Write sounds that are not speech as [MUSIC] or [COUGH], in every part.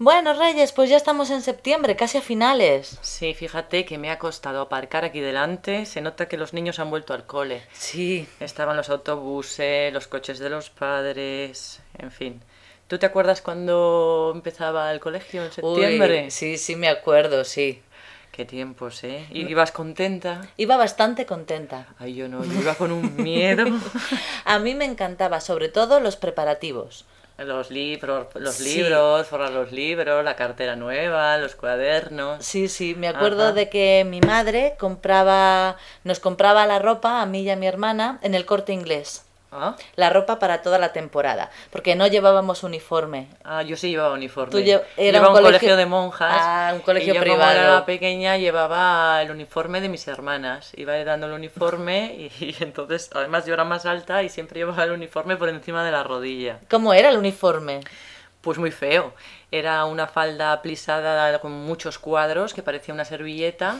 Bueno, Reyes, pues ya estamos en septiembre, casi a finales. Sí, fíjate que me ha costado aparcar aquí delante. Se nota que los niños han vuelto al cole. Sí. Estaban los autobuses, los coches de los padres, en fin. ¿Tú te acuerdas cuando empezaba el colegio en septiembre? Uy, sí, sí, me acuerdo, sí. Qué tiempos, ¿eh? ¿Y- ¿Ibas contenta? Iba bastante contenta. Ay, yo no, yo iba con [LAUGHS] un miedo. A mí me encantaba, sobre todo los preparativos. Los libros, los Sí. libros, forrar los libros, la cartera nueva, los cuadernos. Sí, sí, me acuerdo Ajá. de que mi madre compraba, nos compraba la ropa a mí y a mi hermana en el corte inglés. ¿Ah? La ropa para toda la temporada, porque no llevábamos uniforme. Ah, yo sí llevaba uniforme. Tú lle- era llevaba un un colegio- colegio... de monjas. Ah, un colegio y yo, como privado. era pequeña llevaba el uniforme de mis hermanas. Iba dando el uniforme y, y entonces, además yo era más alta y siempre llevaba el uniforme por encima de la rodilla. ¿Cómo era el uniforme? Pues muy feo. Era una falda plisada con muchos cuadros que parecía [LAUGHS] una servilleta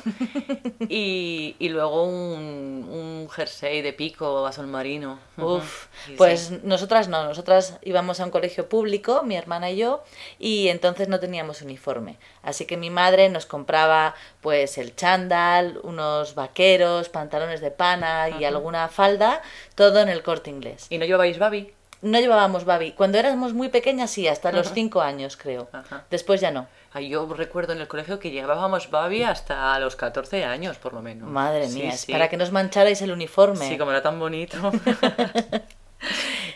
y, y luego un, un jersey de pico azul marino. Uf, Sí, sí. pues nosotras no, nosotras íbamos a un colegio público, mi hermana y yo, y entonces no teníamos uniforme. Así que mi madre nos compraba pues el chándal, unos vaqueros, pantalones de pana y alguna falda, todo en el corte inglés. ¿Y no llevabais babi? No llevábamos babi. Cuando éramos muy pequeñas sí, hasta los cinco años creo. Ajá. Después ya no. Ay, yo recuerdo en el colegio que llevábamos babi hasta los 14 años, por lo menos. Madre Mm. Sí, mía, es sí. para que nos mancharais el uniforme. Sí, como era tan [LAUGHS] bonito.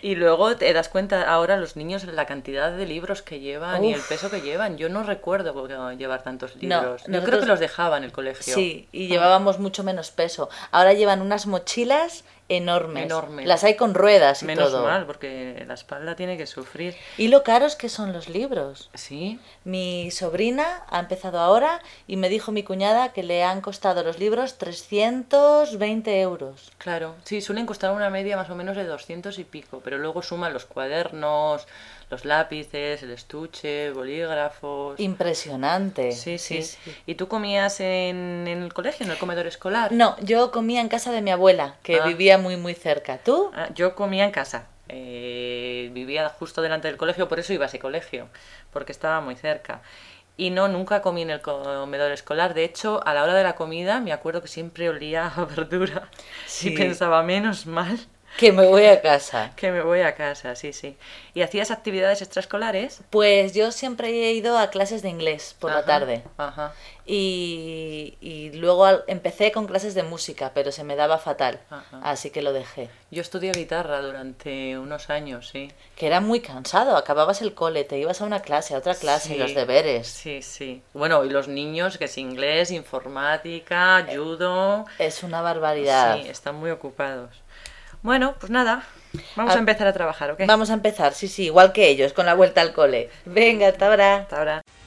y luego te das cuenta ahora los niños la cantidad de libros que llevan y el Uf. peso que llevan. Yo no recuerdo que- llevar tantos libros. Yo creo nosotros- que los dejaba en el colegio. Sí, y llevábamos mucho menos peso. Ahora llevan unas mochilas enormes. Enormes. Las hay con ruedas y Menos todo. mal, porque la espalda tiene que sufrir. Y lo caros que son los libros. Sí. Mi sobrina ha empezado ahora y me dijo mi cuñada que le han costado los libros 320 euros. Claro, sí, suelen costar una media más o menos de 200 y pico, pero luego suman los cuadernos, los lápices, el estuche, bolígrafos. Impresionante. Sí, sí, ¿Y tú comías en, en el colegio, en el comedor escolar? No, yo comía en casa de mi abuela, que Ah. vivía muy, muy cerca. ¿Tú? Ah, yo comía en casa. Eh, vivía justo delante del colegio, por eso iba a ese colegio, porque estaba muy cerca. Y no, nunca comí en el comedor escolar. De hecho, a la hora de la comida me acuerdo que siempre olía a verdura. Sí. Y pensaba, menos mal Que me voy a casa. que me voy a casa, sí, sí. ¿Y hacías actividades extraescolares? Pues yo siempre he ido a clases de inglés por la Ajá, tarde. Ajá. Y, y luego al- empecé con clases de música, pero se me daba fatal. Ajá. Así que lo dejé. Yo estudié guitarra durante unos años, sí. Que era muy cansado. Acababas el cole, te ibas a una clase, a otra clase, y Sí. los deberes. Sí, sí. Bueno, y los niños, que es inglés, informática, judo. Es una barbaridad. Sí, están muy ocupados. Bueno, pues nada, vamos Ah. a empezar a trabajar, ¿ok? Vamos a empezar, sí, sí, igual que ellos, con la vuelta al cole. Venga, hasta ahora. Hasta ahora.